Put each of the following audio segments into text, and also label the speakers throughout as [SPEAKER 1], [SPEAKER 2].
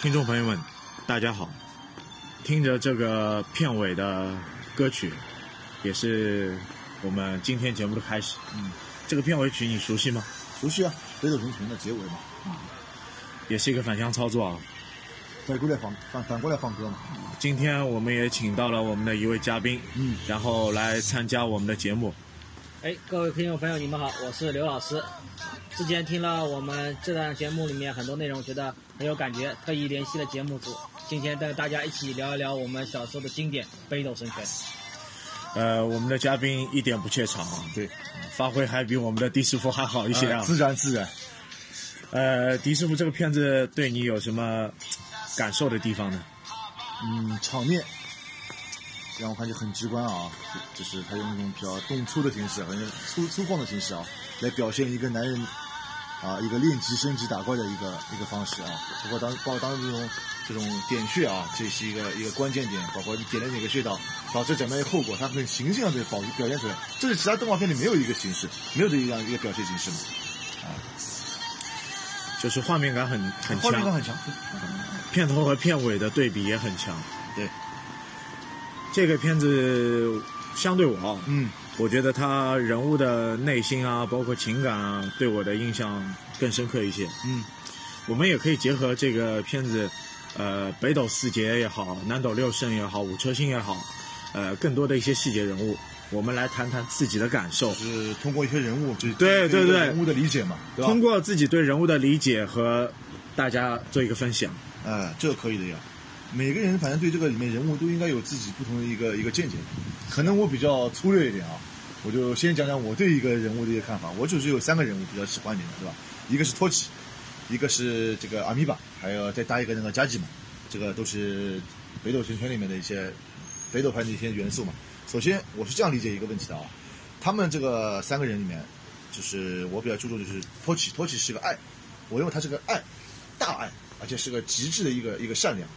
[SPEAKER 1] 听众朋友们，大家好！听着这个片尾的歌曲，也是我们今天节目的开始。
[SPEAKER 2] 嗯，
[SPEAKER 1] 这个片尾曲你熟悉吗？
[SPEAKER 2] 熟悉啊，北斗神拳的结尾嘛，
[SPEAKER 1] 也是一个反向操作啊。
[SPEAKER 2] 反过来放反反过来放歌嘛，
[SPEAKER 1] 今天我们也请到了我们的一位嘉宾，
[SPEAKER 2] 嗯，
[SPEAKER 1] 然后来参加我们的节目。
[SPEAKER 3] 哎，各位听众朋友，你们好，我是刘老师。之前听了我们这档节目里面很多内容，觉得很有感觉，特意联系了节目组，今天带大家一起聊一聊我们小时候的经典《北斗神拳》。
[SPEAKER 1] 呃，我们的嘉宾一点不怯场啊，
[SPEAKER 2] 对，
[SPEAKER 1] 发挥还比我们的迪师傅还好一些啊。
[SPEAKER 2] 呃自然自然。
[SPEAKER 1] 呃，迪师傅这个片子对你有什么感受的地方呢？
[SPEAKER 2] 嗯，场面让我感觉很直观啊，就就是他用一种比较动粗的形式，很粗粗犷的形式啊，来表现一个男人啊一个练级升级打怪的一个一个方式啊，包括当包括当时这种这种点穴啊，这是一个一个关键点，包括你点了哪个穴道导致怎么样的后果，他很形象的表表现出来，这是其他动画片里没有一个形式，没有这样一个表现形式嘛，
[SPEAKER 1] 就是画面感很很
[SPEAKER 2] 画面感
[SPEAKER 1] 强，
[SPEAKER 2] 很强，
[SPEAKER 1] 片头和片尾的对比也很强。
[SPEAKER 2] 对，
[SPEAKER 1] 这个片子相对我啊，
[SPEAKER 2] 嗯，
[SPEAKER 1] 我觉得他人物的内心啊，包括情感啊，对我的印象更深刻一些。
[SPEAKER 2] 嗯，
[SPEAKER 1] 我们也可以结合这个片子，呃，北斗四杰也好，南斗六圣也好，五车星也好，呃，更多的一些细节人物，我们来谈谈自己的感受。
[SPEAKER 2] 就是呃通过一些人物，就是
[SPEAKER 1] 对对对
[SPEAKER 2] 人物的理解嘛，对吧？
[SPEAKER 1] 通过自己对人物的理解和大家做一个分享。
[SPEAKER 2] 哎，这个可以的呀。每个人反正对这个里面人物都应该有自己不同的一个一个见解。可能我比较粗略一点啊，我就先讲讲我对一个人物的一个看法。我就只有三个人物比较喜欢一点的，对吧？一个是托起，一个是这个阿米巴，还有再搭一个那个加吉嘛，这个都是北斗神拳里面的一些北斗派的一些元素嘛。首先，我是这样理解一个问题的啊，他们这个三个人里面，就是我比较注重就是托起，托起是个爱，我认为他是个爱，大爱，而且是个极致的一个一个善良。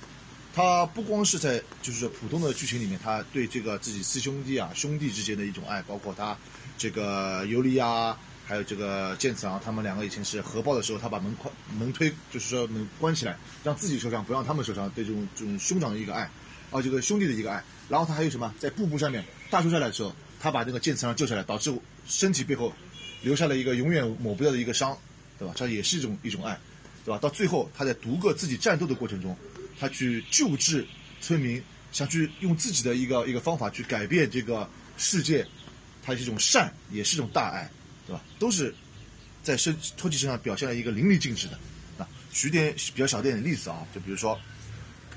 [SPEAKER 2] 他不光是在就是说普通的剧情里面，他对这个自己四兄弟啊兄弟之间的一种爱，包括他这个尤利亚还有这个剑子啊，他们两个以前是合抱的时候，他把门关门推，就是说门关起来，让自己受伤，不让他们受伤，对这种这种兄长的一个爱，啊这个兄弟的一个爱。然后他还有什么，在瀑布上面大树下来的时候，他把那个剑子上救下来，导致身体背后留下了一个永远抹不掉的一个伤，对吧？这也是一种一种爱，对吧？到最后，他在独个自己战斗的过程中，他去救治村民，想去用自己的一个一个方法去改变这个世界，它是一种善，也是一种大爱，对吧？都是在身托起身上表现了一个淋漓尽致的。啊，举点比较小点的例子啊，就比如说，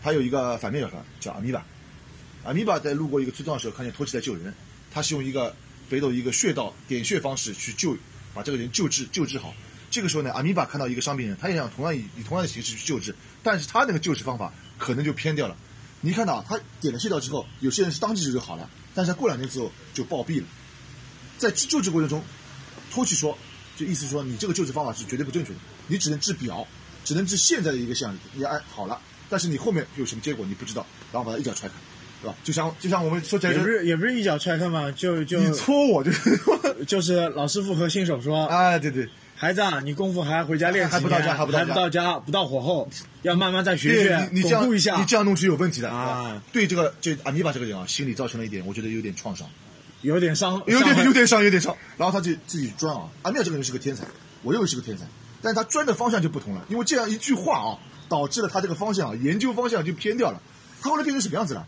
[SPEAKER 2] 他有一个反面角色叫阿米巴，阿米巴在路过一个村庄的时候，看见托起在救人，他是用一个北斗一个穴道点穴方式去救，把这个人救治救治好。这个时候呢，阿米巴看到一个伤病人，他也想同样以以同样的形式去救治，但是他那个救治方法可能就偏掉了。你看到啊，他点了穴道之后，有些人是当即就好了，但是过两天之后就暴毙了。在治救治过程中，托起说，就意思说你这个救治方法是绝对不正确的，你只能治表，只能治现在的一个项目，你按好了，但是你后面有什么结果你不知道，然后把他一脚踹开，对吧？就像就像我们说起来
[SPEAKER 1] 也
[SPEAKER 2] 说
[SPEAKER 1] 不是也不是一脚踹开嘛，就就
[SPEAKER 2] 你搓 我就是
[SPEAKER 1] 就是老师傅和新手说，
[SPEAKER 2] 啊，对对，
[SPEAKER 1] 孩子啊，你功夫还回家练几
[SPEAKER 2] 还不到家
[SPEAKER 1] 年
[SPEAKER 2] 还不到家
[SPEAKER 1] 还不到家，不到火候，要慢慢再学
[SPEAKER 2] 对
[SPEAKER 1] 学，
[SPEAKER 2] 你你这
[SPEAKER 1] 巩
[SPEAKER 2] 样
[SPEAKER 1] 固一下
[SPEAKER 2] 你。这样弄是有问题的
[SPEAKER 1] 啊。
[SPEAKER 2] 对这个这阿米巴这个人啊，心理造成了一点，我觉得有点创伤，
[SPEAKER 1] 有点伤，
[SPEAKER 2] 有
[SPEAKER 1] 伤
[SPEAKER 2] 点
[SPEAKER 1] 痕
[SPEAKER 2] 有点伤，有点伤。然后他就自己钻啊，阿米巴这个人是个天才，我认为是个天才，但是他钻的方向就不同了，因为这样一句话啊，导致了他这个方向啊，研究方向就偏掉了。他后来变成什么样子了？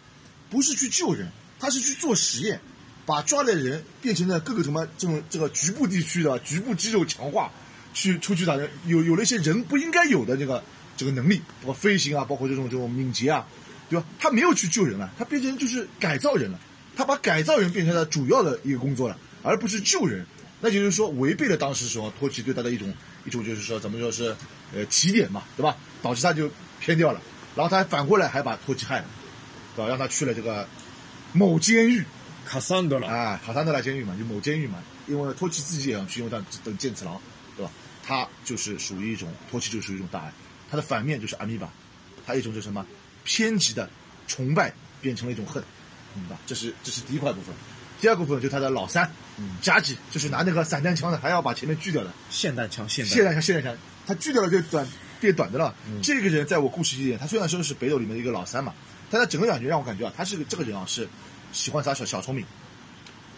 [SPEAKER 2] 不是去救人，他是去做实验，把抓来的人变成了各个什么这种这个局部地区的局部肌肉强化，去出去打人，有有了一些人不应该有的这个这个能力，包括飞行啊，包括这种这种敏捷啊，对吧？他没有去救人了，他变成就是改造人了，他把改造人变成了主要的一个工作了，而不是救人。那就是说违背了当时说托奇对他的一种一种就是说怎么说是呃提点嘛，对吧？导致他就偏掉了，然后他还反过来还把托奇害了，对吧？让他去了这个某监狱。
[SPEAKER 1] 卡桑德了。
[SPEAKER 2] 啊，卡萨德拉监狱嘛，就某监狱嘛，因为托奇自己也想去，因为他等剑次郎，对吧？他就是属于一种托奇，就属于一种大爱。他的反面就是阿米巴，他一种就是什么偏激的崇拜变成了一种恨，明白？这是这是第一块部分。第二部分就是他的老三，嗯夹击，就是拿那个散弹枪的，还要把前面锯掉的。
[SPEAKER 1] 霰弹枪，霰
[SPEAKER 2] 现
[SPEAKER 1] 弹
[SPEAKER 2] 在像现在像，他锯掉了这短变短的了。这个人在我故事里面，他虽然说是北斗里面的一个老三嘛，但他整个感觉让我感觉啊，他是个这个人啊，是喜欢耍小小聪明，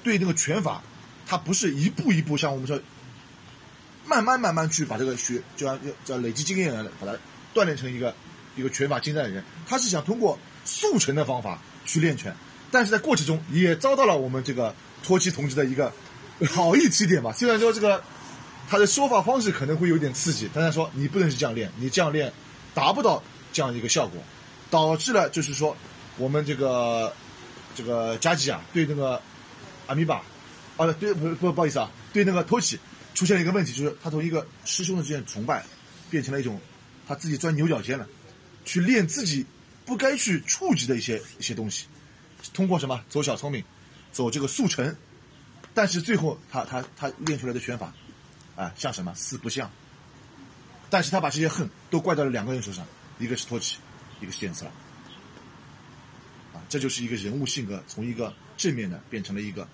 [SPEAKER 2] 对那个拳法，他不是一步一步像我们说，慢慢慢慢去把这个学，就像叫累积经验来把它锻炼成一个一个拳法精湛的人，他是想通过速成的方法去练拳，但是在过程中也遭到了我们这个托奇同志的一个好意起点吧，虽然说这个。他的说法方式可能会有点刺激，但他说你不能是这样练，你这样练达不到这样一个效果，导致了就是说我们这个这个加吉啊对那个阿米巴，啊对不不不好意思啊，对那个托起出现了一个问题，就是他从一个师兄的这种崇拜变成了一种他自己钻牛角尖了，去练自己不该去触及的一些一些东西，通过什么走小聪明，走这个速成，但是最后他他他练出来的拳法。啊，像什么四不像。但是他把这些恨都怪到了两个人手上，一个是托起，一个是剑次郎。啊，这就是一个人物性格从一个正面的变成了一个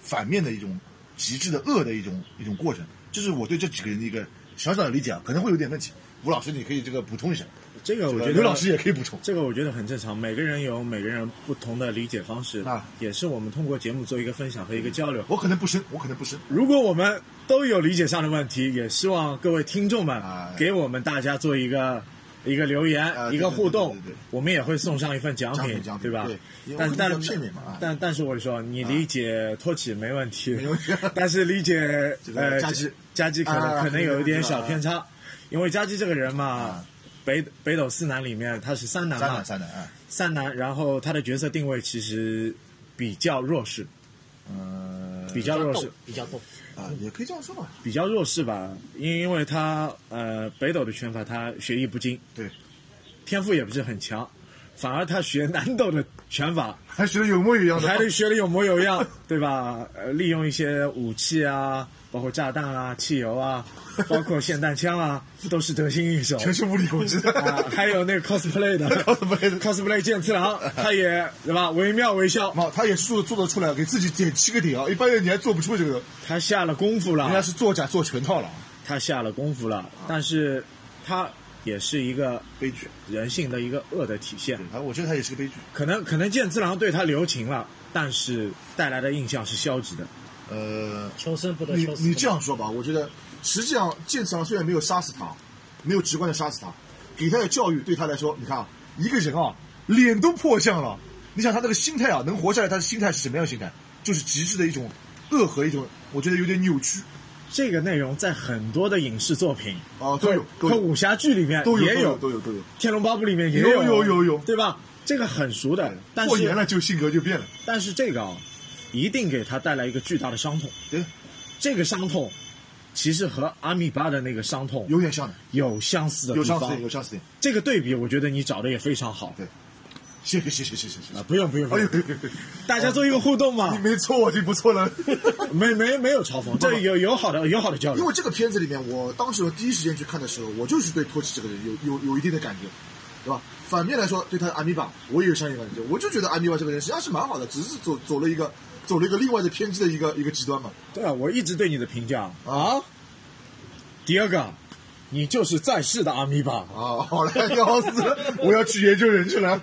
[SPEAKER 2] 反面的一种极致的恶的一种一种过程。这是我对这几个人的一个小小的理解啊，可能会有点问题。吴老师，你可以这个补充一下。
[SPEAKER 1] 这个我觉得
[SPEAKER 2] 刘老师也可以补充。
[SPEAKER 1] 这个我觉得很正常，每个人有每个人不同的理解方式
[SPEAKER 2] 啊
[SPEAKER 1] 也是我们通过节目做一个分享和一个交流。
[SPEAKER 2] 我可能不深，我可能不深。
[SPEAKER 1] 如果我们都有理解上的问题，也希望各位听众们
[SPEAKER 2] 啊
[SPEAKER 1] 给我们大家做一个一个留言、
[SPEAKER 2] 啊
[SPEAKER 1] 一个互动
[SPEAKER 2] 对对对对对
[SPEAKER 1] 我们也会送上一份奖
[SPEAKER 2] 奖品奖品
[SPEAKER 1] 对吧？
[SPEAKER 2] 对因为
[SPEAKER 1] 但
[SPEAKER 2] 我们
[SPEAKER 1] 但
[SPEAKER 2] 是正面嘛啊啊
[SPEAKER 1] 但但是我说，你理解托起没问题，
[SPEAKER 2] 没问题
[SPEAKER 1] 但是理解
[SPEAKER 2] 这个
[SPEAKER 1] 呃
[SPEAKER 2] 加基
[SPEAKER 1] 加基可能、
[SPEAKER 2] 啊
[SPEAKER 1] 可能有一点小
[SPEAKER 2] 啊
[SPEAKER 1] 偏差，因为加基这个人嘛，
[SPEAKER 2] 啊
[SPEAKER 1] 北北斗四男里面他是三男嘛，
[SPEAKER 2] 三男三男啊，
[SPEAKER 1] 三男，然后他的角色定位其实比较弱势，
[SPEAKER 2] 嗯呃，
[SPEAKER 1] 比较弱势，
[SPEAKER 3] 比较逗，
[SPEAKER 2] 啊，也可以这样说吧。
[SPEAKER 1] 比较弱势吧，因因为他呃北斗的拳法他学艺不精，
[SPEAKER 2] 对，
[SPEAKER 1] 天赋也不是很强，反而他学南斗的拳法，
[SPEAKER 2] 还学的有模有样的，
[SPEAKER 1] 还得学的有模有样， 对吧？呃，利用一些武器啊，包括炸弹啊、汽油 啊，包括霰弹枪啊，都是得心应手。
[SPEAKER 2] 全是无理攻 击。
[SPEAKER 1] 啊，还有那个 cosplay 的
[SPEAKER 2] cosplay 的
[SPEAKER 1] cosplay 剑次 郎，他也对吧？惟妙惟肖，
[SPEAKER 2] 嘛，他也是做做得出来，给自己点七个点啊！一般人你还做不出这个，
[SPEAKER 1] 他下了功夫了。
[SPEAKER 2] 人家是作假做全套了，啊
[SPEAKER 1] 他下了功夫了，但是他也是一个
[SPEAKER 2] 悲剧。
[SPEAKER 1] 人性的一个恶的体现。
[SPEAKER 2] 啊，我觉得他也是个悲剧。
[SPEAKER 1] 可能可能剑次郎对他留情了，但是带来的印象是消极的。
[SPEAKER 2] 呃，
[SPEAKER 3] 求生不得，
[SPEAKER 2] 你
[SPEAKER 3] 求死不
[SPEAKER 2] 你
[SPEAKER 3] 得
[SPEAKER 2] 这样说吧，我觉得实际上剑次郎虽然没有杀死他，没有直观的杀死他，给他的教育对他来说，你看啊，一个人啊，脸都破相了，你想他这个心态啊，能活下来，他的心态是什么样的心态？就是极致的一种恶和一种，我觉得有点扭曲
[SPEAKER 1] 这个内容在很多的影视作品
[SPEAKER 2] 啊，都
[SPEAKER 1] 和
[SPEAKER 2] 有都
[SPEAKER 1] 和
[SPEAKER 2] 有
[SPEAKER 1] 武侠剧里面
[SPEAKER 2] 都有
[SPEAKER 1] 也
[SPEAKER 2] 都有都有都有，
[SPEAKER 1] 天龙八部》里面也
[SPEAKER 2] 有
[SPEAKER 1] 有
[SPEAKER 2] 有有有
[SPEAKER 1] 对吧？这个很熟的，但
[SPEAKER 2] 过年
[SPEAKER 1] 是
[SPEAKER 2] 了就性格就变了，
[SPEAKER 1] 但是这个啊、一定给他带来一个巨大的伤痛。
[SPEAKER 2] 对，
[SPEAKER 1] 这个伤痛其实和阿米巴的那个伤痛
[SPEAKER 2] 有点像的，
[SPEAKER 1] 有相似的
[SPEAKER 2] 有
[SPEAKER 1] 地
[SPEAKER 2] 相似点，
[SPEAKER 1] 方
[SPEAKER 2] 有。相似点。
[SPEAKER 1] 这个对比，我觉得你找的也非常好。
[SPEAKER 2] 谢谢谢谢谢谢谢
[SPEAKER 1] 啊，
[SPEAKER 2] 谢。
[SPEAKER 1] 不用不用，不
[SPEAKER 2] 哎
[SPEAKER 1] 用
[SPEAKER 2] 呦，嘿嘿嘿
[SPEAKER 1] 大家做一个互动
[SPEAKER 2] 你
[SPEAKER 1] 嘛，
[SPEAKER 2] 没错，我就不错了。
[SPEAKER 1] 没没没有嘲讽，这有有好的有好的交
[SPEAKER 2] 因
[SPEAKER 1] 流，
[SPEAKER 2] 为这个片子里面，我当时第一时间去看的时候，我就是对托起这个人有有有一定的感觉，对吧？反面来说，对他的阿米巴，我也有相应的感觉。我就觉得阿米巴这个人实际上是蛮好的，只是走走了一个走了一个另外的偏激的一个一个极端嘛。
[SPEAKER 1] 对啊，我一直对你的评价，
[SPEAKER 2] 啊
[SPEAKER 1] 第二个，你就是在世的阿米巴，
[SPEAKER 2] 啊，好了，要死了，我要去研究人去 了。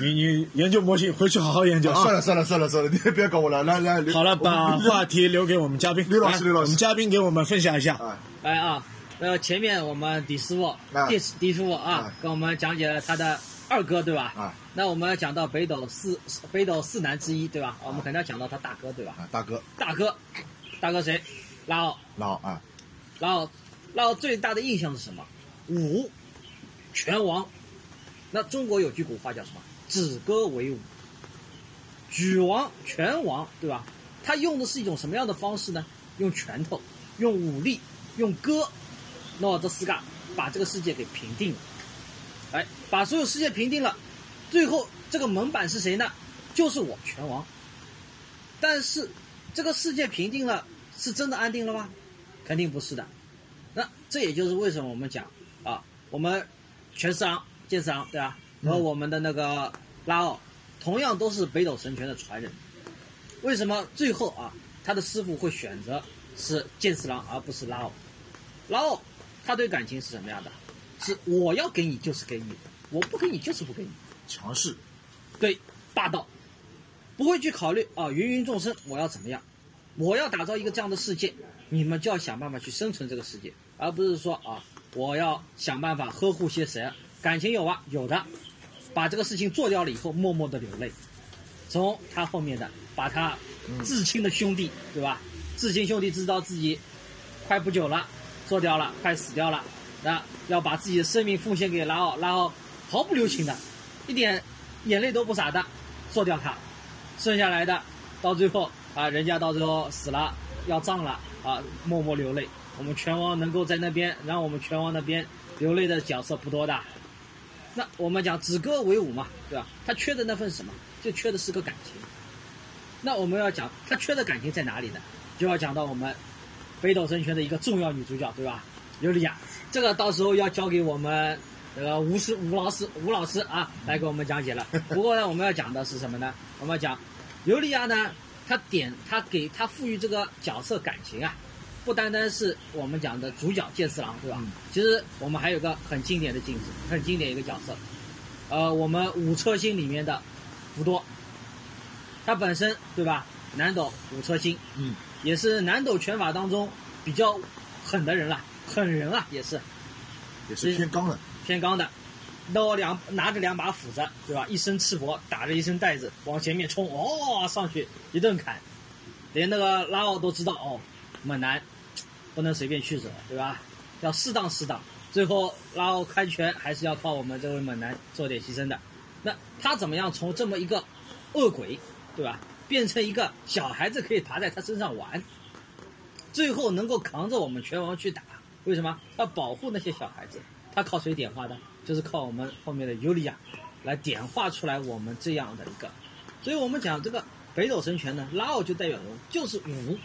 [SPEAKER 1] 你你研究模型回去好好研究啊
[SPEAKER 2] 算。了算了算了算了，你也不要搞我了，来来，刘
[SPEAKER 1] 好了，把话题留给我们嘉宾
[SPEAKER 2] 刘老师
[SPEAKER 1] 来
[SPEAKER 2] 刘老师
[SPEAKER 1] 我们嘉宾给我们分享一下。
[SPEAKER 2] 啊，
[SPEAKER 3] 来啊，呃，前面我们迪师傅
[SPEAKER 2] 啊，
[SPEAKER 3] 迪斯迪师傅啊
[SPEAKER 2] 啊，
[SPEAKER 3] 跟我们讲解了他的二哥，对吧？
[SPEAKER 2] 啊。
[SPEAKER 3] 那我们讲到北斗四北斗四男之一，对吧？我们肯定要讲到他大哥，对吧？
[SPEAKER 2] 啊，大哥，
[SPEAKER 3] 大哥，大哥谁？拉奥，
[SPEAKER 2] 老啊，
[SPEAKER 3] 拉奥，拉奥最大的印象是什么？武，拳王。那中国有句古话叫什么？止戈为武。举王、拳王，对吧？他用的是一种什么样的方式呢？用拳头，用武力，用戈，诺德斯嘎把这个世界给平定了。哎，把所有世界平定了，最后这个门板是谁呢？就是我拳王。但是这个世界平定了，是真的安定了吗？肯定不是的。那这也就是为什么我们讲啊，我们拳四郎、剑四郎，对吧？和我们的那个拉奥，同样都是北斗神拳的传人。为什么最后啊，他的师傅会选择是剑四郎而不是拉奥？拉奥他对感情是什么样的？是我要给你就是给你，我不给你就是不给你，
[SPEAKER 2] 强势，
[SPEAKER 3] 对，霸道，不会去考虑啊，芸芸众生我要怎么样，我要打造一个这样的世界，你们就要想办法去生存这个世界，而不是说啊，我要想办法呵护些谁，感情有啊，有的，把这个事情做掉了以后，默默的流泪，从他后面的把他至亲的兄弟，对吧？至亲兄弟知道自己快不久了，做掉了，快死掉了，那要把自己的生命奉献给拉奥，拉奥毫不留情的，一点眼泪都不洒的做掉他，剩下来的到最后啊，人家到最后死了要葬了啊，默默流泪。我们拳王能够在那边让我们拳王那边流泪的角色不多的，那我们讲止戈为武嘛，对吧？他缺的那份什么，就缺的是个感情。那我们要讲他缺的感情在哪里呢？就要讲到我们北斗神拳的一个重要女主角，对吧？尤里亚，这个到时候要交给我们那个吴师吴老师吴老师啊来给我们讲解了。不过呢，我们要讲的是什么呢？我们要讲尤里亚呢，她点她给她赋予这个角色感情啊，不单单是我们讲的主角剑四郎，对吧？
[SPEAKER 2] 嗯
[SPEAKER 3] 其实我们还有个很经典的镜子，很经典一个角色，呃，我们五车星里面的福多，他本身对吧？南斗五车星，
[SPEAKER 2] 嗯，
[SPEAKER 3] 也是南斗拳法当中比较狠的人了，狠人啊，也是
[SPEAKER 2] 也是偏刚的，啊
[SPEAKER 3] 偏刚的，都两拿着两把斧子，对吧？一身赤膊，打着一身带子往前面冲，哦，上去一顿砍，连那个拉奥都知道哦，猛男不能随便去惹，对吧？要适当适当。最后拉奥开拳还是要靠我们这位猛男做点牺牲的。那他怎么样从这么一个恶鬼，对吧，变成一个小孩子可以爬在他身上玩，最后能够扛着我们拳王去打？为什么？要保护那些小孩子。他靠谁点化的？就是靠我们后面的尤利亚来点化出来我们这样的一个。所以我们讲这个北斗神拳呢，拉奥就代表人物就是武，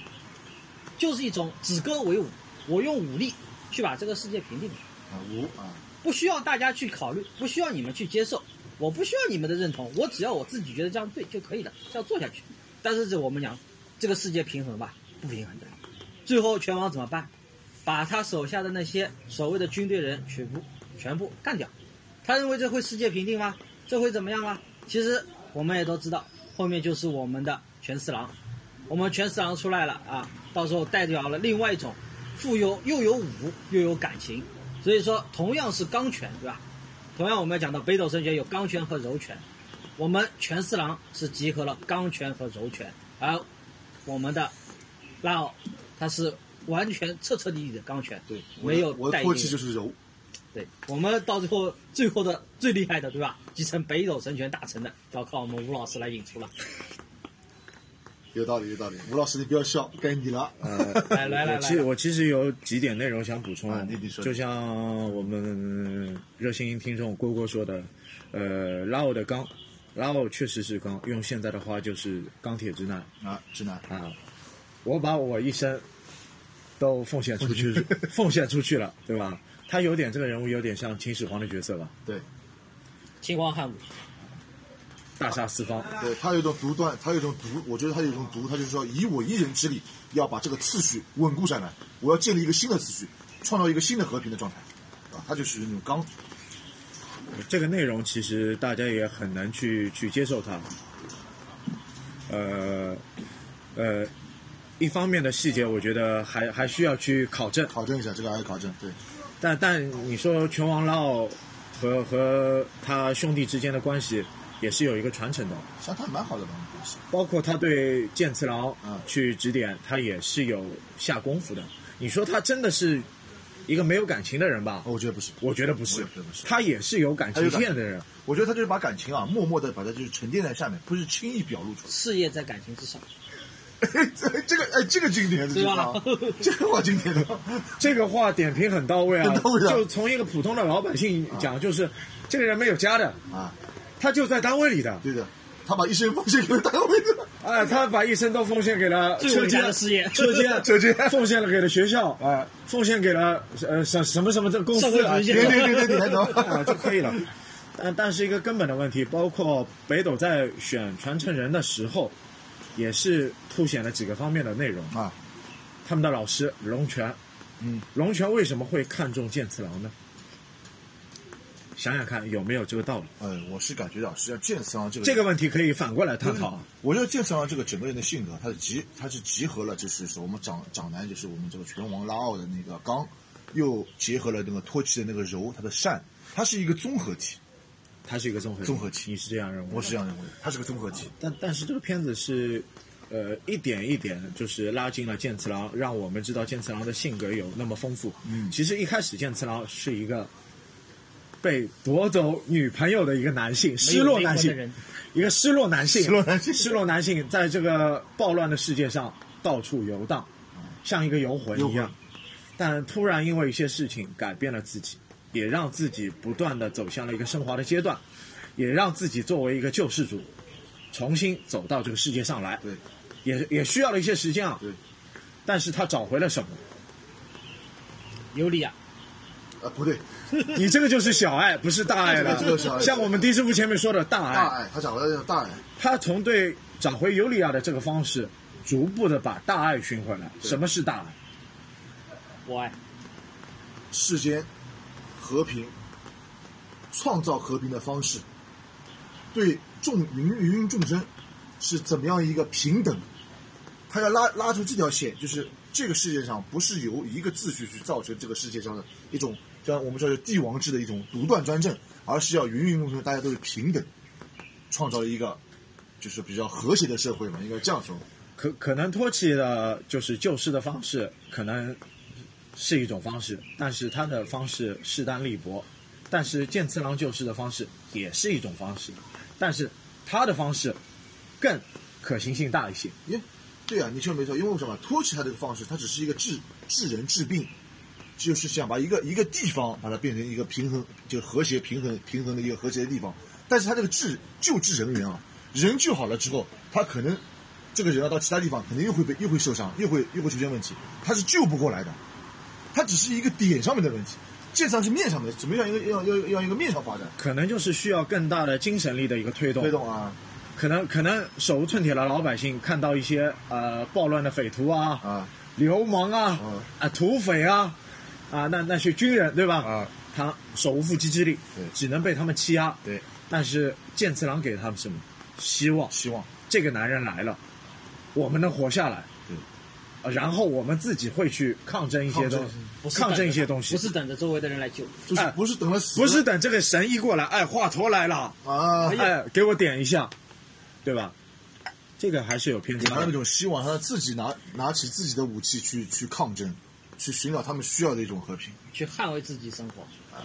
[SPEAKER 3] 就是一种止戈为武，我用武力去把这个世界平定了。
[SPEAKER 2] 啊无啊，
[SPEAKER 3] 不需要大家去考虑，不需要你们去接受，我不需要你们的认同，我只要我自己觉得这样对就可以了，这样做下去。但是这我们讲，这个世界平衡吧，不平衡的。最后拳王怎么办？把他手下的那些所谓的军队人全部全部干掉。他认为这会世界平定吗？这会怎么样吗？其实我们也都知道，后面就是我们的全四郎，我们全四郎出来了啊，到时候代表了另外一种富有又有武又有感情，所以说同样是钢拳，对吧？同样我们要讲到北斗神拳有钢拳和柔拳，我们全四郎是集合了钢拳和柔拳，而我们的拉奥他是完全彻彻底底的钢拳，
[SPEAKER 2] 对，我的
[SPEAKER 3] 没有
[SPEAKER 2] 我
[SPEAKER 3] 带
[SPEAKER 2] 的
[SPEAKER 3] 一点
[SPEAKER 2] 唾弃就是柔，
[SPEAKER 3] 对我们到最后最后的最厉害的，对吧？继承北斗神拳大成的，要靠我们吴老师来引出了。
[SPEAKER 2] 有道理有道理。吴老师你不要笑，该你 了，
[SPEAKER 3] 来来来
[SPEAKER 1] 我其
[SPEAKER 3] 来
[SPEAKER 1] 我其实有几点内容想补充，
[SPEAKER 2] 啊你你说
[SPEAKER 1] 就像我们热心听众郭郭说的，呃，拉奥的钢，拉奥确实是钢，用现在的话就是钢铁直男
[SPEAKER 2] 啊，直男，
[SPEAKER 1] 啊，我把我一生都奉献出去， 奉献出去了，对吧？他有点这个人物有点像秦始皇的角色吧，
[SPEAKER 2] 对
[SPEAKER 3] 秦皇汉武，
[SPEAKER 1] 大杀四方，
[SPEAKER 2] 对，他有一种独断，他有一种独，我觉得他有一种独，他就是说以我一人之力要把这个次序稳固下来，我要建立一个新的次序，创造一个新的和平的状态，啊，他就是那种刚，
[SPEAKER 1] 这个内容其实大家也很难去去接受它。呃，呃，一方面的细节，我觉得还还需要去考证。
[SPEAKER 2] 考证一下这个还要考证，对，
[SPEAKER 1] 但但你说拳王拉奥和和他兄弟之间的关系，也是有一个传承的。
[SPEAKER 2] 实际上他蛮好的吧，我觉得是
[SPEAKER 1] 包括他对剑次郎
[SPEAKER 2] 嗯
[SPEAKER 1] 去指点，他也是有下功夫的。你说他真的是一个没有感情的人吧？
[SPEAKER 2] 哦我觉得不是，
[SPEAKER 1] 我觉得不是
[SPEAKER 2] 我也觉得不，是
[SPEAKER 1] 他也是有感情
[SPEAKER 2] 他有感
[SPEAKER 1] 线的人。
[SPEAKER 2] 我觉得他就是把感情啊，默默的把它就是沉淀在下面，不是轻易表露出来。
[SPEAKER 3] 事业在感情之上。
[SPEAKER 2] 这这个哎，这个经典的，这句话
[SPEAKER 3] 对吧
[SPEAKER 2] 这个话经典的，
[SPEAKER 1] 这个话点评很到位啊，
[SPEAKER 2] 很到位啊
[SPEAKER 1] 就从一个普通的老百姓讲，就是、这个人没有家的，
[SPEAKER 2] 啊，
[SPEAKER 1] 他就在单位里的，
[SPEAKER 2] 对的，他把一生奉献给了单位的，
[SPEAKER 1] 哎，他把一生都奉献给了
[SPEAKER 3] 最
[SPEAKER 1] 车
[SPEAKER 3] 伟大
[SPEAKER 1] 间
[SPEAKER 3] 的事业
[SPEAKER 1] 车间
[SPEAKER 2] 车间哎
[SPEAKER 1] 奉献了给了学校，啊、奉献给了呃什什么什么这公
[SPEAKER 3] 社会
[SPEAKER 1] 司啊，
[SPEAKER 3] 主义
[SPEAKER 2] 对对对对，你还
[SPEAKER 1] 啊
[SPEAKER 2] 懂？
[SPEAKER 1] 就可以了。但但是一个根本的问题，包括北斗在选传承人的时候，也是凸显了几个方面的内容。
[SPEAKER 2] 啊，
[SPEAKER 1] 他们的老师龙泉，
[SPEAKER 2] 嗯，
[SPEAKER 1] 龙泉为什么会看中剑次郎呢？想想看有没有这个道理。
[SPEAKER 2] 呃，我是感觉到，实际上剑次郎这个
[SPEAKER 1] 这个嗯问题可以反过来探讨。啊
[SPEAKER 2] 我觉得剑次郎这个整个人的性格，他是集，他是集合了，就是说我们长长男，就是我们这个拳王拉奥的那个刚，又结合了那个托气的那个柔，他的善，他是一个综合体，
[SPEAKER 1] 它是一个综合体
[SPEAKER 2] 综合体
[SPEAKER 1] 你是这样认为？
[SPEAKER 2] 我是这样认为的，他是个综合体。
[SPEAKER 1] 但但是这个片子是，呃，一点一点就是拉近了剑次郎，让我们知道剑次郎的性格有那么丰富。
[SPEAKER 2] 嗯
[SPEAKER 1] 其实一开始剑次郎是一个被夺走女朋友的一个男性，失落男
[SPEAKER 3] 灵魂的
[SPEAKER 1] 性
[SPEAKER 3] 人，
[SPEAKER 1] 一个失落男性，
[SPEAKER 2] 失落男性
[SPEAKER 1] 失落男性在这个暴乱的世界上到处游荡，像一个游魂一
[SPEAKER 2] 游
[SPEAKER 1] 样
[SPEAKER 2] 魂。
[SPEAKER 1] 但突然因为一些事情改变了自己，也让自己不断的走向了一个升华的阶段，也让自己作为一个救世主，重新走到这个世界上来。
[SPEAKER 2] 对，
[SPEAKER 1] 也也需要了一些时间啊。
[SPEAKER 2] 对，
[SPEAKER 1] 但是他找回了什么？
[SPEAKER 3] 尤里亚，
[SPEAKER 2] 啊，不对，
[SPEAKER 1] 你这个就是小爱，不是大爱了。
[SPEAKER 2] 这个是小爱
[SPEAKER 1] 像我们迪师傅前面说的大
[SPEAKER 2] 大
[SPEAKER 1] 爱，
[SPEAKER 2] 爱，他找回了大爱，
[SPEAKER 1] 他从对找回尤里亚的这个方式，逐步的把大爱寻回来。
[SPEAKER 2] 对
[SPEAKER 1] 什么是大爱？
[SPEAKER 3] 我爱
[SPEAKER 2] 世间和平，创造和平的方式，对众芸芸众生是怎么样一个平等？他要拉拉出这条线，就是这个世界上不是由一个秩序去造成这个世界上的一种，像我们说的帝王制的一种独断专政，而是要芸芸众生大家都是平等，创造了一个就是比较和谐的社会嘛，应该这样说。
[SPEAKER 1] 可可能托起的就是救世的方式，可能是一种方式，但是他的方式势单力薄。但是剑次郎救世的方式也是一种方式，但是他的方式更可行性大一些。
[SPEAKER 2] 耶，对啊，你说得没错，因为为什么托起他这个方式，它只是一个治治人治病，就是想把一个一个地方把它变成一个平衡，就是和谐平衡平衡的一个和谐的地方。但是他这个治救治人员啊，人救好了之后，他可能这个人要到其他地方，可能又会被又会受伤，又会又会出现问题，他是救不过来的。他只是一个点上面的问题，这上是面上的，怎么样一个要要要一个面上发展？
[SPEAKER 1] 可能就是需要更大的精神力的一个推动。
[SPEAKER 2] 推动啊
[SPEAKER 1] 可能可能手无寸铁的老百姓看到一些呃暴乱的匪徒啊、
[SPEAKER 2] 啊
[SPEAKER 1] 流氓啊、
[SPEAKER 2] 嗯
[SPEAKER 1] 啊土匪啊啊那那些军人对吧？
[SPEAKER 2] 啊！
[SPEAKER 1] 他手无缚鸡之力
[SPEAKER 2] 对，
[SPEAKER 1] 只能被他们欺压。
[SPEAKER 2] 对，
[SPEAKER 1] 但是剑次郎给他们什么？希望
[SPEAKER 2] 希望
[SPEAKER 1] 这个男人来了，我们能活下来。
[SPEAKER 2] 对
[SPEAKER 1] 啊，然后我们自己会去抗争一些东
[SPEAKER 3] 不
[SPEAKER 1] 西，
[SPEAKER 3] 是等
[SPEAKER 1] 抗
[SPEAKER 3] 着
[SPEAKER 1] 争一些东西，
[SPEAKER 3] 不是等着周围的人来救，
[SPEAKER 2] 就是
[SPEAKER 1] 哎
[SPEAKER 2] 不是等了死
[SPEAKER 1] 不是等这个神医过来，哎，华佗来了，
[SPEAKER 2] 啊
[SPEAKER 1] 哎，给我点一下，对吧？这个还是有偏
[SPEAKER 2] 给
[SPEAKER 1] 差
[SPEAKER 2] 他们一
[SPEAKER 1] 的。
[SPEAKER 2] 种希望，让他自己拿拿起自己的武器去去抗争，去寻找他们需要的一种和平。
[SPEAKER 3] 去捍卫自己生活。
[SPEAKER 2] 啊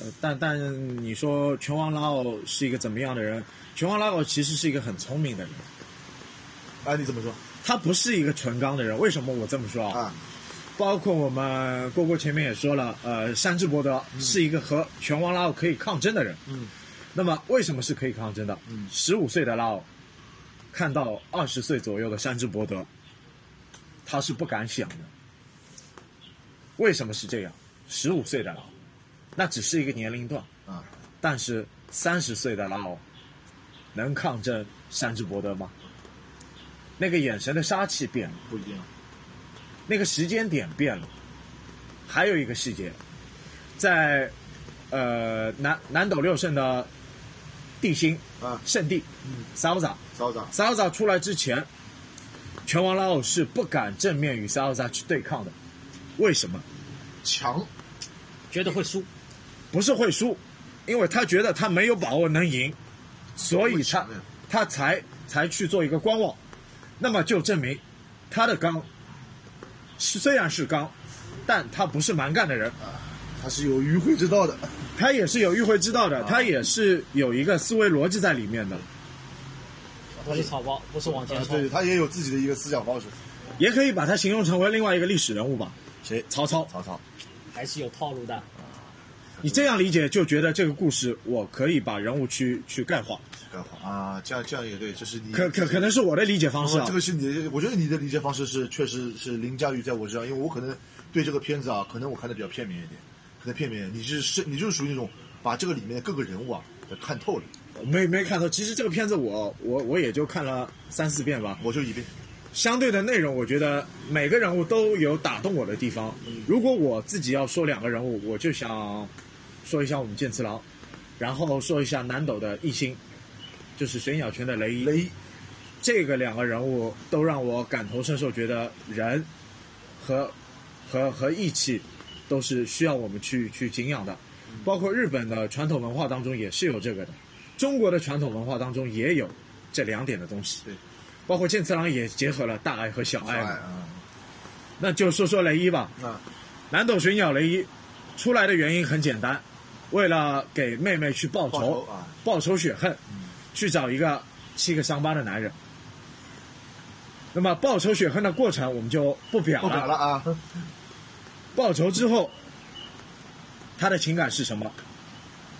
[SPEAKER 1] 呃但但你说拳王拉奥是一个怎么样的人？拳王拉奥其实是一个很聪明的人，
[SPEAKER 2] 哎，你怎么说
[SPEAKER 1] 他不是一个纯刚的人。为什么我这么说啊？
[SPEAKER 2] 啊？
[SPEAKER 1] 包括我们郭郭前面也说了，呃，山治伯德是一个和拳王拉奥可以抗争的人。
[SPEAKER 2] 嗯，
[SPEAKER 1] 那么为什么是可以抗争的？
[SPEAKER 2] 嗯
[SPEAKER 1] 十五岁的拉奥看到二十岁左右的山治伯德，他是不敢想的。为什么是这样？十五岁的拉奥，那只是一个年龄段，
[SPEAKER 2] 啊，
[SPEAKER 1] 但是三十岁的拉奥能抗争山治伯德吗？那个眼神的杀气变了，
[SPEAKER 2] 不一定。
[SPEAKER 1] 那个时间点变了。还有一个细节，在呃南南斗六胜的地心
[SPEAKER 2] 啊
[SPEAKER 1] 圣地
[SPEAKER 2] 嗯
[SPEAKER 1] s a l z a
[SPEAKER 2] 骚长
[SPEAKER 1] s a l z a 出来之前，拳王拉奥是不敢正面与 s a l z a 去对抗的。为什么？
[SPEAKER 2] 强，
[SPEAKER 3] 觉得会输，
[SPEAKER 1] 不是会输，因为他觉得他没有把握能赢，所以他
[SPEAKER 2] 为什么呀
[SPEAKER 1] 他才才去做一个观望，那么就证明他的刚是虽然是刚，但他不是蛮干的人，
[SPEAKER 2] 他是有迂回之道的。
[SPEAKER 1] 他也是有迂回之道
[SPEAKER 2] 啊
[SPEAKER 1] 的，他也是有一个思维逻辑在里面的，
[SPEAKER 3] 不是草包，不是往前
[SPEAKER 2] 啊，
[SPEAKER 3] 冲，
[SPEAKER 2] 对，他也有自己的一个思想方式。
[SPEAKER 1] 也可以把他形容成为另外一个历史人物吧。
[SPEAKER 2] 谁？
[SPEAKER 1] 曹操，
[SPEAKER 2] 曹操。
[SPEAKER 3] 还是有套路的。
[SPEAKER 1] 你这样理解就觉得这个故事我可以把人物去去概括，
[SPEAKER 2] 啊，这样这样也对，这是你
[SPEAKER 1] 可可可能是我的理解方式啊
[SPEAKER 2] 哦这。个是你的，我觉得你的理解方式是确实是凌驾于在我之上，因为我可能对这个片子啊，可能我看的比较片面一点，可能片面一点。你是是，你就是属于那种把这个里面的各个人物啊都看透了，
[SPEAKER 1] 没没看到，其实这个片子我我我也就看了三四遍吧。
[SPEAKER 2] 我就一遍。
[SPEAKER 1] 相对的内容，我觉得每个人物都有打动我的地方。如果我自己要说两个人物，我就想说一下我们剑次郎。然后说一下南斗的一星，就是水鸟拳的雷伊。
[SPEAKER 2] 雷伊
[SPEAKER 1] 这个两个人物都让我感同身受，觉得人和和和义气都是需要我们去去敬仰的。包括日本的传统文化当中也是有这个的，中国的传统文化当中也有这两点的东西。
[SPEAKER 2] 对，
[SPEAKER 1] 包括健次郎也结合了大爱和小
[SPEAKER 2] 哎
[SPEAKER 1] 爱。嘛。
[SPEAKER 2] 啊
[SPEAKER 1] 那就说说雷伊吧，
[SPEAKER 2] 啊
[SPEAKER 1] 南斗水鸟雷伊出来的原因很简单，为了给妹妹去报
[SPEAKER 2] 报
[SPEAKER 1] 仇
[SPEAKER 2] 仇啊，嗯
[SPEAKER 1] 报仇雪恨，去找一个七个伤疤的男人。那么报仇雪恨的过程我们就不表
[SPEAKER 2] 不
[SPEAKER 1] 了。
[SPEAKER 2] 表了啊，
[SPEAKER 1] 报仇之后，他的情感是什么？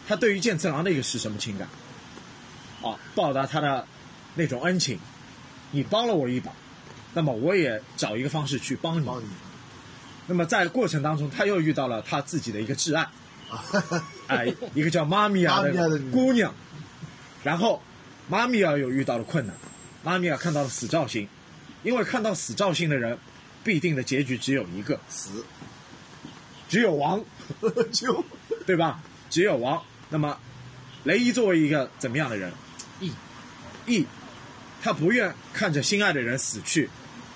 [SPEAKER 1] 他对于健次郎的一个是什么情感？啊，报答他的那种恩情，你帮了我一把，那么我也找一个方式去帮你。
[SPEAKER 2] 帮你
[SPEAKER 1] 那么在过程当中，他又遇到了他自己的一个挚爱，
[SPEAKER 2] 啊，
[SPEAKER 1] 哎，一个叫妈咪呀
[SPEAKER 2] 妈咪啊呀的
[SPEAKER 1] 的
[SPEAKER 2] 女
[SPEAKER 1] 姑娘，然后妈咪啊呀又遇到了困难，妈咪呀啊看到了死照星，因为看到死照星的人，必定的结局只有一个，
[SPEAKER 2] 死
[SPEAKER 1] 只有亡，
[SPEAKER 2] 就
[SPEAKER 1] 对吧？只有亡。那么，雷伊作为一个怎么样的人？
[SPEAKER 3] 义
[SPEAKER 1] 义，他不愿看着心爱的人死去，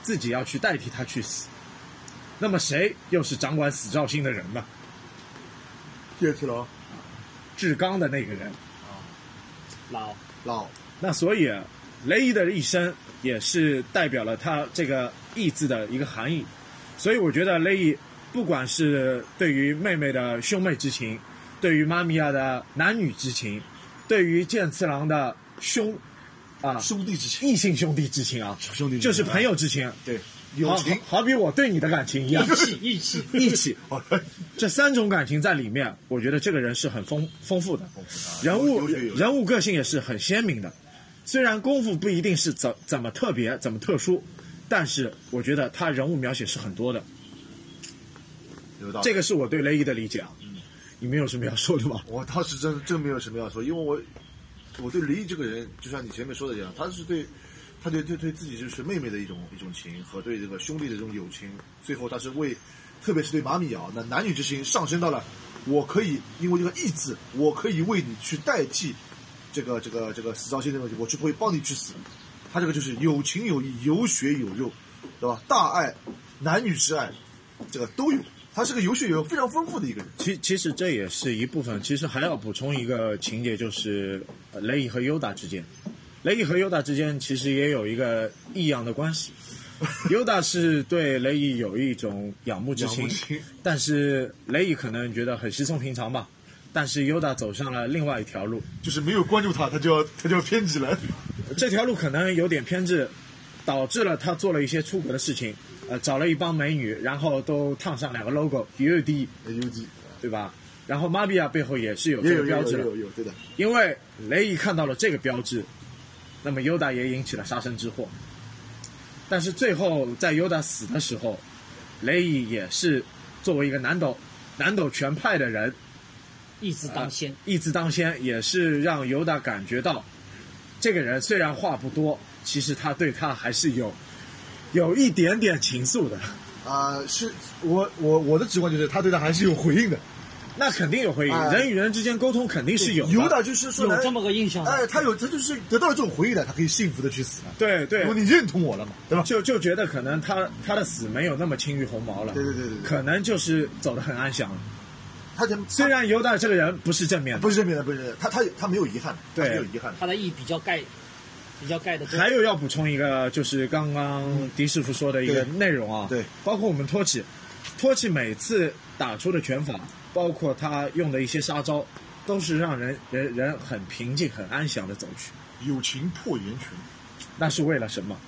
[SPEAKER 1] 自己要去代替他去死。那么谁又是掌管死照星的人呢？
[SPEAKER 2] 电梯楼
[SPEAKER 1] 志刚的那个人。
[SPEAKER 3] 老
[SPEAKER 2] 老
[SPEAKER 1] 那所以，雷伊的一生也是代表了他这个“义”字的一个含义。所以我觉得雷伊，不管是对于妹妹的兄妹之情，对于妈咪呀的男女之情，对于健次郎的兄啊
[SPEAKER 2] 兄弟之情，啊
[SPEAKER 1] 异性兄弟之情啊，
[SPEAKER 2] 兄弟之情
[SPEAKER 1] 就是朋友之情，
[SPEAKER 2] 对友
[SPEAKER 1] 好
[SPEAKER 2] 情，
[SPEAKER 1] 好好比我对你的感情一样，
[SPEAKER 3] 气义气，
[SPEAKER 1] 义气，
[SPEAKER 2] 好了，
[SPEAKER 1] 这三种感情在里面，我觉得这个人是很丰丰富的。人物
[SPEAKER 2] 有血有肉
[SPEAKER 1] 人物个性也是很鲜明的，虽然功夫不一定是怎怎么特别怎么特殊，但是我觉得他人物描写是很多的，
[SPEAKER 2] 有道理
[SPEAKER 1] 这个是我对雷伊的理解啊。你们有什么要说的吗？
[SPEAKER 2] 我当时真真没有什么要说，因为我我对李毅这个人，就像你前面说的一样，他是对他对对对自己就是妹妹的一种一种情和对这个兄弟的这种友情，最后他是为，特别是对马米瑶，那男女之情上升到了，我可以因为这个义字，我可以为你去代替这个这个这个死照星这个问题，我去会帮你去死，他这个就是有情有义，有血有肉，对吧？大爱，男女之爱，这个都有。他是个有血有肉非常丰富的一个人，
[SPEAKER 1] 其其实这也是一部分，其实还要补充一个情节，就是呃雷伊和尤达之间，雷伊和尤达之间其实也有一个异样的关系。尤达是对雷伊有一种仰慕之
[SPEAKER 2] 仰
[SPEAKER 1] 情
[SPEAKER 2] 慕之情，
[SPEAKER 1] 但是雷伊可能觉得很稀松平常吧。但是尤达走上了另外一条路，
[SPEAKER 2] 就是没有关注他，他就要 他就要偏激了。
[SPEAKER 1] 这条路可能有点偏执，导致了他做了一些出格的事情，呃，找了一帮美女，然后都烫上两个 logo，UD，
[SPEAKER 2] U D
[SPEAKER 1] 对吧？然后玛比亚背后也是有
[SPEAKER 2] 也
[SPEAKER 1] 这
[SPEAKER 2] 有
[SPEAKER 1] 个标
[SPEAKER 2] 有
[SPEAKER 1] 志了
[SPEAKER 2] 有，有，对的，
[SPEAKER 1] 因为雷伊看到了这个标志，那么尤达也引起了杀身之祸。但是最后在尤达死的时候，雷伊也是作为一个南斗南斗全派的人，
[SPEAKER 3] 义字当先，
[SPEAKER 1] 义字当先，也是让尤达感觉到，这个人虽然话不多，其实他对他还是有有一点点情愫的。
[SPEAKER 2] 啊、是我我我的直观就是他对他还是有回应的，
[SPEAKER 1] 那肯定有回应，
[SPEAKER 2] 哎
[SPEAKER 1] 人与人之间沟通肯定是有的。
[SPEAKER 2] 有的就是说
[SPEAKER 3] 有这么个印象吗
[SPEAKER 2] 哎，他有他就是得到了这种回应的，他可以幸福的去死了，
[SPEAKER 1] 对对
[SPEAKER 2] 因为，你认同我了嘛，对 吧？
[SPEAKER 1] 就就觉得可能他他的死没有那么轻于鸿毛了，
[SPEAKER 2] 对对对对对
[SPEAKER 1] 可能就是走得很安详了。
[SPEAKER 2] 他前
[SPEAKER 1] 虽然尤达这个人不是正面
[SPEAKER 2] 他
[SPEAKER 1] 的，
[SPEAKER 2] 不是这边的，不是他他他没有遗憾，他
[SPEAKER 1] 对
[SPEAKER 2] 没有遗憾，
[SPEAKER 3] 他的义比较盖，比较盖的多。
[SPEAKER 1] 还有要补充一个，就是刚刚狄师傅说的一个
[SPEAKER 2] 嗯对
[SPEAKER 1] 内容啊，
[SPEAKER 2] 对，
[SPEAKER 1] 包括我们托起，托起每次打出的拳法，包括他用的一些杀招，都是让人人人很平静、很安详的走去。
[SPEAKER 2] 友情破岩群，
[SPEAKER 1] 那是为了什么？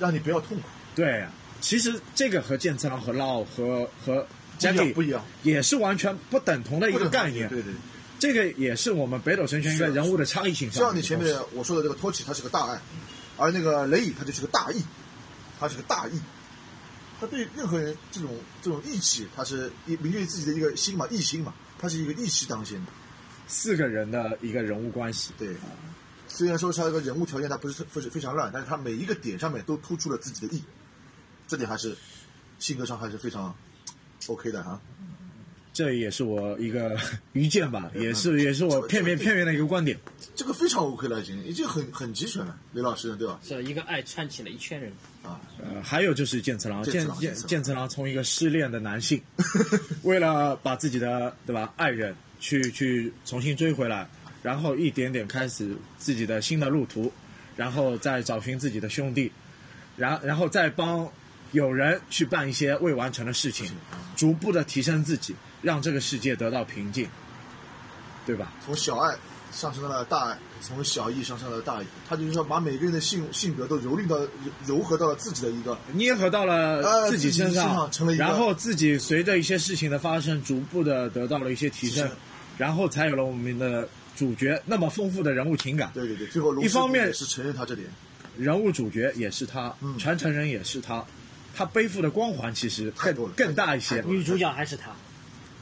[SPEAKER 2] 让你不要痛苦，
[SPEAKER 1] 对啊，其实这个和健次郎和老和和
[SPEAKER 2] 不
[SPEAKER 1] j a c
[SPEAKER 2] 一
[SPEAKER 1] k
[SPEAKER 2] 样
[SPEAKER 1] i
[SPEAKER 2] 不一样，
[SPEAKER 1] 也是完全不等同的一
[SPEAKER 2] 不
[SPEAKER 1] 个
[SPEAKER 2] 能
[SPEAKER 1] 概念。
[SPEAKER 2] 对对，
[SPEAKER 1] 这个也是我们北斗神拳一个
[SPEAKER 2] 是
[SPEAKER 1] 人物的差异性上
[SPEAKER 2] 像
[SPEAKER 1] 的
[SPEAKER 2] 你
[SPEAKER 1] 一个
[SPEAKER 2] 前
[SPEAKER 1] 东西。
[SPEAKER 2] 面我说的这个托起，他是个大爱，而那个雷雨他就是个大义，他是个大义，他对任何人这种这种义气，他是一明确自己的一个心嘛，义心嘛，他是一个义气当先的。
[SPEAKER 1] 四个人的一个人物关系，
[SPEAKER 2] 对，虽然说他这个人物条件他不是不是非常烂，但是他每一个点上面都突出了自己的义，这点还是性格上还是非常 OK 的哈。
[SPEAKER 1] 这也是我一个 愚见吧，
[SPEAKER 2] 嗯
[SPEAKER 1] 也是也是我片面片面的一个观点。
[SPEAKER 2] 这个非常 OK 了，已经已经很很齐全了，雷老师对吧？
[SPEAKER 3] 是一个爱串起了一圈人。
[SPEAKER 2] 啊，
[SPEAKER 1] 呃，还有就是健次郎，
[SPEAKER 2] 健次
[SPEAKER 1] 健
[SPEAKER 2] 郎
[SPEAKER 1] 健
[SPEAKER 2] 健次郎
[SPEAKER 1] 健次郎从一个失恋的男 性，为了把自己的对吧爱人去去重新追回来，然后一点点开始自己的新的路途，然后再找寻自己的兄弟，然然后再帮友人去办一些未完成的事情，逐步的提升自己，让这个世界得到平静，对吧？
[SPEAKER 2] 从小爱上升到了大爱，从小义上升到了大义，他就是说把每个人的性性格都蹂躏到柔合到了自己的一个
[SPEAKER 1] 捏合到了
[SPEAKER 2] 呃
[SPEAKER 1] 自己身
[SPEAKER 2] 自己身
[SPEAKER 1] 上，
[SPEAKER 2] 上成为一个
[SPEAKER 1] 然后自己随着一些事情的发生，逐步的得到了一些提升
[SPEAKER 2] 提升，
[SPEAKER 1] 然后才有了我们的主角那么丰富的人物情感。
[SPEAKER 2] 对对对，最后龙
[SPEAKER 1] 一方面
[SPEAKER 2] 也是承认他这点，
[SPEAKER 1] 人物主角也是他，
[SPEAKER 2] 嗯
[SPEAKER 1] 传承人也是他，他背负的光环其实
[SPEAKER 2] 太
[SPEAKER 1] 更
[SPEAKER 2] 多了
[SPEAKER 1] 更大一些
[SPEAKER 2] 太多了
[SPEAKER 3] 女主角还是他，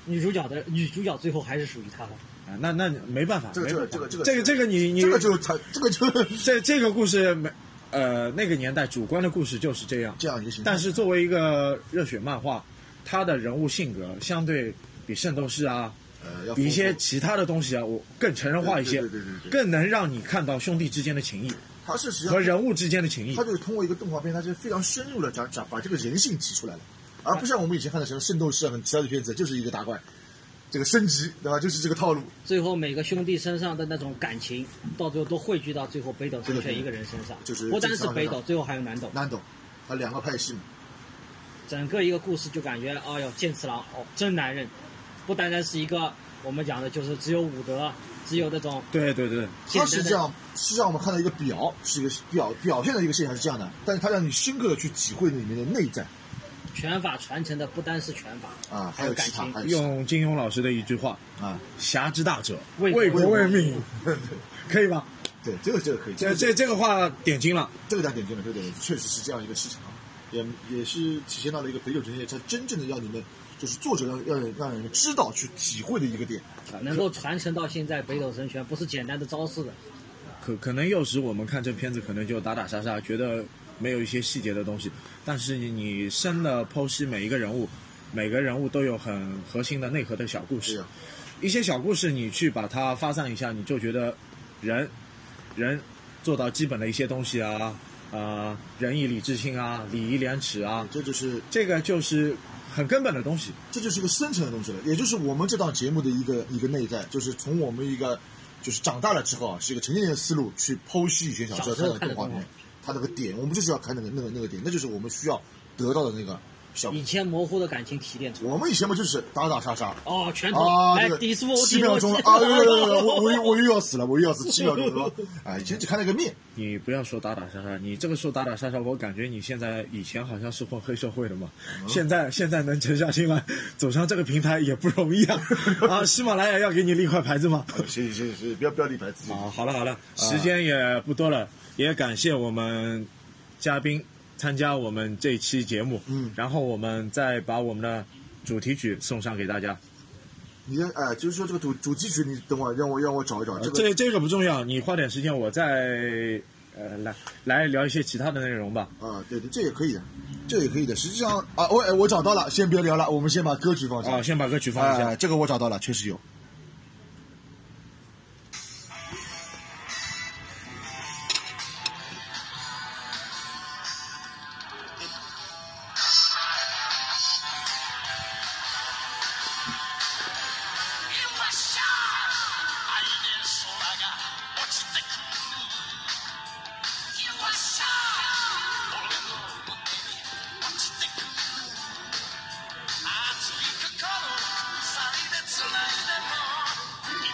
[SPEAKER 3] 女主角的女主角最后还是属于他的。
[SPEAKER 1] 啊。那那没办法，
[SPEAKER 2] 这个
[SPEAKER 1] 没办法
[SPEAKER 2] 这个这个
[SPEAKER 1] 这个这个你你
[SPEAKER 2] 这个就他这个就
[SPEAKER 1] 这这个故事没呃那个年代主观的故事就是这样
[SPEAKER 2] ，这样一个形象。
[SPEAKER 1] 但是作为一个热血漫画，他的人物性格相对比圣斗士啊。
[SPEAKER 2] 呃，要
[SPEAKER 1] 比一些
[SPEAKER 2] 丰富
[SPEAKER 1] 其他的东西啊，我更成人化一些，
[SPEAKER 2] 对对对对对对
[SPEAKER 1] 更能让你看到兄弟之间的情谊
[SPEAKER 2] 他是实际
[SPEAKER 1] 和
[SPEAKER 2] 上
[SPEAKER 1] 人物之间的情谊
[SPEAKER 2] 他。就是通过一个动画片，他是非常深入的讲讲把这个人性提出来了，而不像我们以前看的什么《圣斗士》啊，很其他的片子，就是一个打怪，这个升级，对吧？就是这个套路。
[SPEAKER 3] 最后每个兄弟身上的那种感情，到最后都汇聚到最后北斗神拳一个人身上。
[SPEAKER 2] 就是
[SPEAKER 3] 不单是北斗，最后还有南斗，
[SPEAKER 2] 难懂，啊，两个派系嘛，
[SPEAKER 3] 整个一个故事就感觉，哎呦，剑次郎哦，真男人，不单单是一个我们讲的就是只有武德，只有那种
[SPEAKER 1] 对对对，
[SPEAKER 3] 简
[SPEAKER 2] 他
[SPEAKER 3] 单的
[SPEAKER 2] 实际上是让我们看到一个表，是一个表表现的一个现象是这样的，但是他让你深刻的去体会里面的内在
[SPEAKER 3] 拳法传承的不单是拳法
[SPEAKER 2] 啊，还
[SPEAKER 3] 有
[SPEAKER 2] 其
[SPEAKER 3] 感
[SPEAKER 2] 他，
[SPEAKER 3] 情
[SPEAKER 2] 还有其
[SPEAKER 1] 用金庸老师的一句话
[SPEAKER 2] 他啊，：“
[SPEAKER 1] 侠之大者，
[SPEAKER 3] 为国
[SPEAKER 1] 为国
[SPEAKER 2] 为
[SPEAKER 1] 为命。”可以吧？
[SPEAKER 2] 对，这个这个可以，
[SPEAKER 1] 这这这个话点睛了。
[SPEAKER 2] 这个咱点睛了，这个点睛确实是这样一个市场，也也是体现到了一个北斗神拳，它真正的让你们就是作者让让让人们知道去体会的一个点。
[SPEAKER 3] 能够传承到现在北斗神拳，不是简单的招式的。
[SPEAKER 1] 可可能有时我们看这片子，可能就打打杀杀，觉得没有一些细节的东西。但是你深的剖析每一个人物，每个人物都有很核心的内核的小故
[SPEAKER 2] 对
[SPEAKER 1] 事
[SPEAKER 2] 呀。
[SPEAKER 1] 一些小故事你去把它发散一下，你就觉得人人做到基本的一些东西啊，呃，仁义礼智信啊，礼义廉耻啊，
[SPEAKER 2] 嗯这就是
[SPEAKER 1] 这个就是很根本的东西。
[SPEAKER 2] 这就是一个深层的东西了，也就是我们这档节目的一个一个内在，就是从我们一个就是长大了之后啊，是一个成年人的思路去剖析以前小时候
[SPEAKER 3] 小时候
[SPEAKER 2] 看的动画
[SPEAKER 3] 看的动
[SPEAKER 2] 片
[SPEAKER 3] 画，
[SPEAKER 2] 它那个点，我们就是要看那个那个那个点，那就是我们需要得到的那个效果
[SPEAKER 3] 以。前模糊的感情提炼出来。
[SPEAKER 2] 我们以前嘛就是打打杀杀。
[SPEAKER 3] 哦，拳头，
[SPEAKER 2] 啊，
[SPEAKER 3] 哎
[SPEAKER 2] 这，个
[SPEAKER 3] 第一次我
[SPEAKER 2] 七秒钟了啊！呦呦呦 呦，我我又我又要死了，我又要死，七秒钟了啊！以前只看那个面，
[SPEAKER 1] 你不要说打打杀杀，你这个说打打杀杀，我感觉你现在以前好像是混黑社会的嘛，
[SPEAKER 2] 嗯
[SPEAKER 1] 现在现在能沉下心来走上这个平台也不容 易啊！啊，喜马拉雅要给你立块牌子吗？
[SPEAKER 2] 呃行行行，不要不要立牌自己。
[SPEAKER 1] 啊，好了好了，时间也不多了，也感谢我们嘉宾参加我们这期节目，
[SPEAKER 2] 嗯
[SPEAKER 1] 然后我们再把我们的主题曲送上给大家。
[SPEAKER 2] 你哎，就是说这个主主题曲，你等会儿让我让我找一找
[SPEAKER 1] 呃
[SPEAKER 2] 这个。
[SPEAKER 1] 这这个不重要，你花点时间，我再呃来来聊一些其他的内容吧。
[SPEAKER 2] 啊，对对，这也可以的，这也可以的。实际上啊，我哎我找到了，先别聊了，我们先把歌曲放下
[SPEAKER 1] 啊，。先把歌曲放一下。
[SPEAKER 2] 哎，这个我找到了，确实有。
[SPEAKER 4] 今しゃ愛で空が落ちてく今しゃ俺の胸に落ちてく熱い心鎖で繋いでも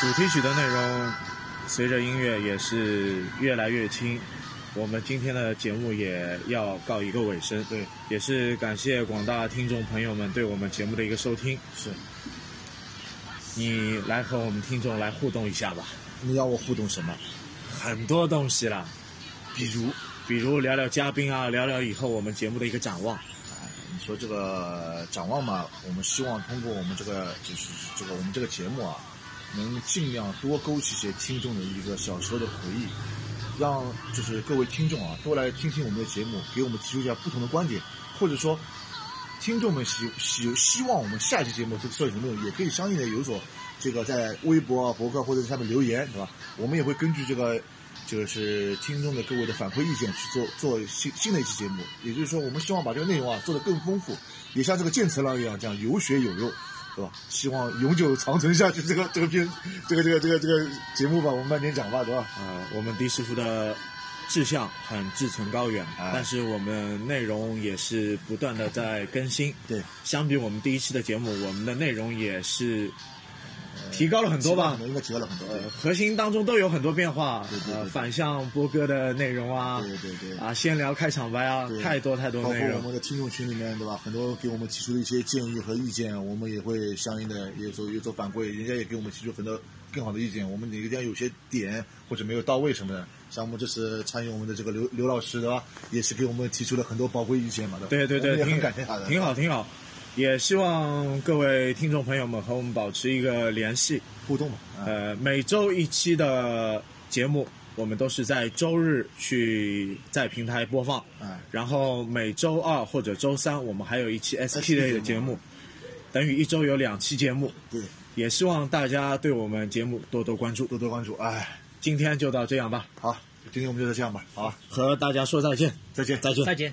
[SPEAKER 1] 主题曲的内容随着音乐也是越来越轻，我们今天的节目也要告一个尾声。
[SPEAKER 2] 对，
[SPEAKER 1] 也是感谢广大听众朋友们对我们节目的一个收听。
[SPEAKER 2] 是，
[SPEAKER 1] 你来和我们听众来互动一下吧，
[SPEAKER 2] 你要我互动什么？
[SPEAKER 1] 很多东西啦，
[SPEAKER 2] 比如，
[SPEAKER 1] 比如聊聊嘉宾啊，聊聊以后我们节目的一个展望。
[SPEAKER 2] 哎你说这个展望嘛，我们希望通过我们这个就是这个我们这个节目啊，能尽量多勾起一些听众的一个小时候的回忆，让就是各位听众啊多来听听我们的节目，给我们提出一下不同的观点，或者说听众们希希希望我们下一期节目是做什么内容，也可以相应的有所这个在微博啊、博客或者在下面留言，对吧？我们也会根据这个就是听众的各位的反馈意见去做做新新的一期节目。也就是说，我们希望把这个内容啊做得更丰富，也像这个剑次郎一样，这样有血有肉。对吧？希望永久长存下去这个这个片这个这个这个这个节目吧，我们慢点讲吧，对吧？
[SPEAKER 1] 呃，我们迪师傅的志向很志存高远，
[SPEAKER 2] 哎
[SPEAKER 1] 但是我们内容也是不断的在更新。
[SPEAKER 2] 对，
[SPEAKER 1] 相比我们第一期的节目，我们的内容也是提高了很多吧
[SPEAKER 2] 我。们应该提到了很多。对
[SPEAKER 1] 呃，核心当中都有很多变化，
[SPEAKER 2] 对对对
[SPEAKER 1] 呃，
[SPEAKER 2] 对
[SPEAKER 1] 反向播歌的内容啊，
[SPEAKER 2] 对对对
[SPEAKER 1] 啊，先聊开场白啊
[SPEAKER 2] 对，
[SPEAKER 1] 太多太多
[SPEAKER 2] 包括
[SPEAKER 1] 内
[SPEAKER 2] 我
[SPEAKER 1] 容
[SPEAKER 2] 们，的听众群里面，对吧？很多给我们提出的一些建议和意见，我们也会相应的也做也做反馈，人家也给我们提出很多更好的意见。我们哪个地方有些点或者没有到位什么的，像我们这次参与我们的这个刘刘老师，对吧？也是给我们提出了很多宝贵意见嘛，吧？
[SPEAKER 1] 对对
[SPEAKER 2] 我
[SPEAKER 1] 对，
[SPEAKER 2] 们也
[SPEAKER 1] 挺
[SPEAKER 2] 很感谢他的。
[SPEAKER 1] 挺好挺好。也希望各位听众朋友们和我们保持一个联系，
[SPEAKER 2] 互动嘛，啊，
[SPEAKER 1] 呃，每周一期的节目，我们都是在周日去在平台播放，
[SPEAKER 2] 哎
[SPEAKER 1] 然后每周二或者周三，我们还有一期 SP
[SPEAKER 2] SP
[SPEAKER 1] 类的
[SPEAKER 2] 节
[SPEAKER 1] 节
[SPEAKER 2] 目
[SPEAKER 1] 目，等于一周有两期节目。
[SPEAKER 2] 对，
[SPEAKER 1] 也希望大家对我们节目多多关注。
[SPEAKER 2] 多多关注。哎，
[SPEAKER 1] 今天就到这样吧，
[SPEAKER 2] 好，今天我们就这样吧，好，
[SPEAKER 1] 和大家说再见，
[SPEAKER 2] 再见，
[SPEAKER 1] 再见。
[SPEAKER 3] 再见。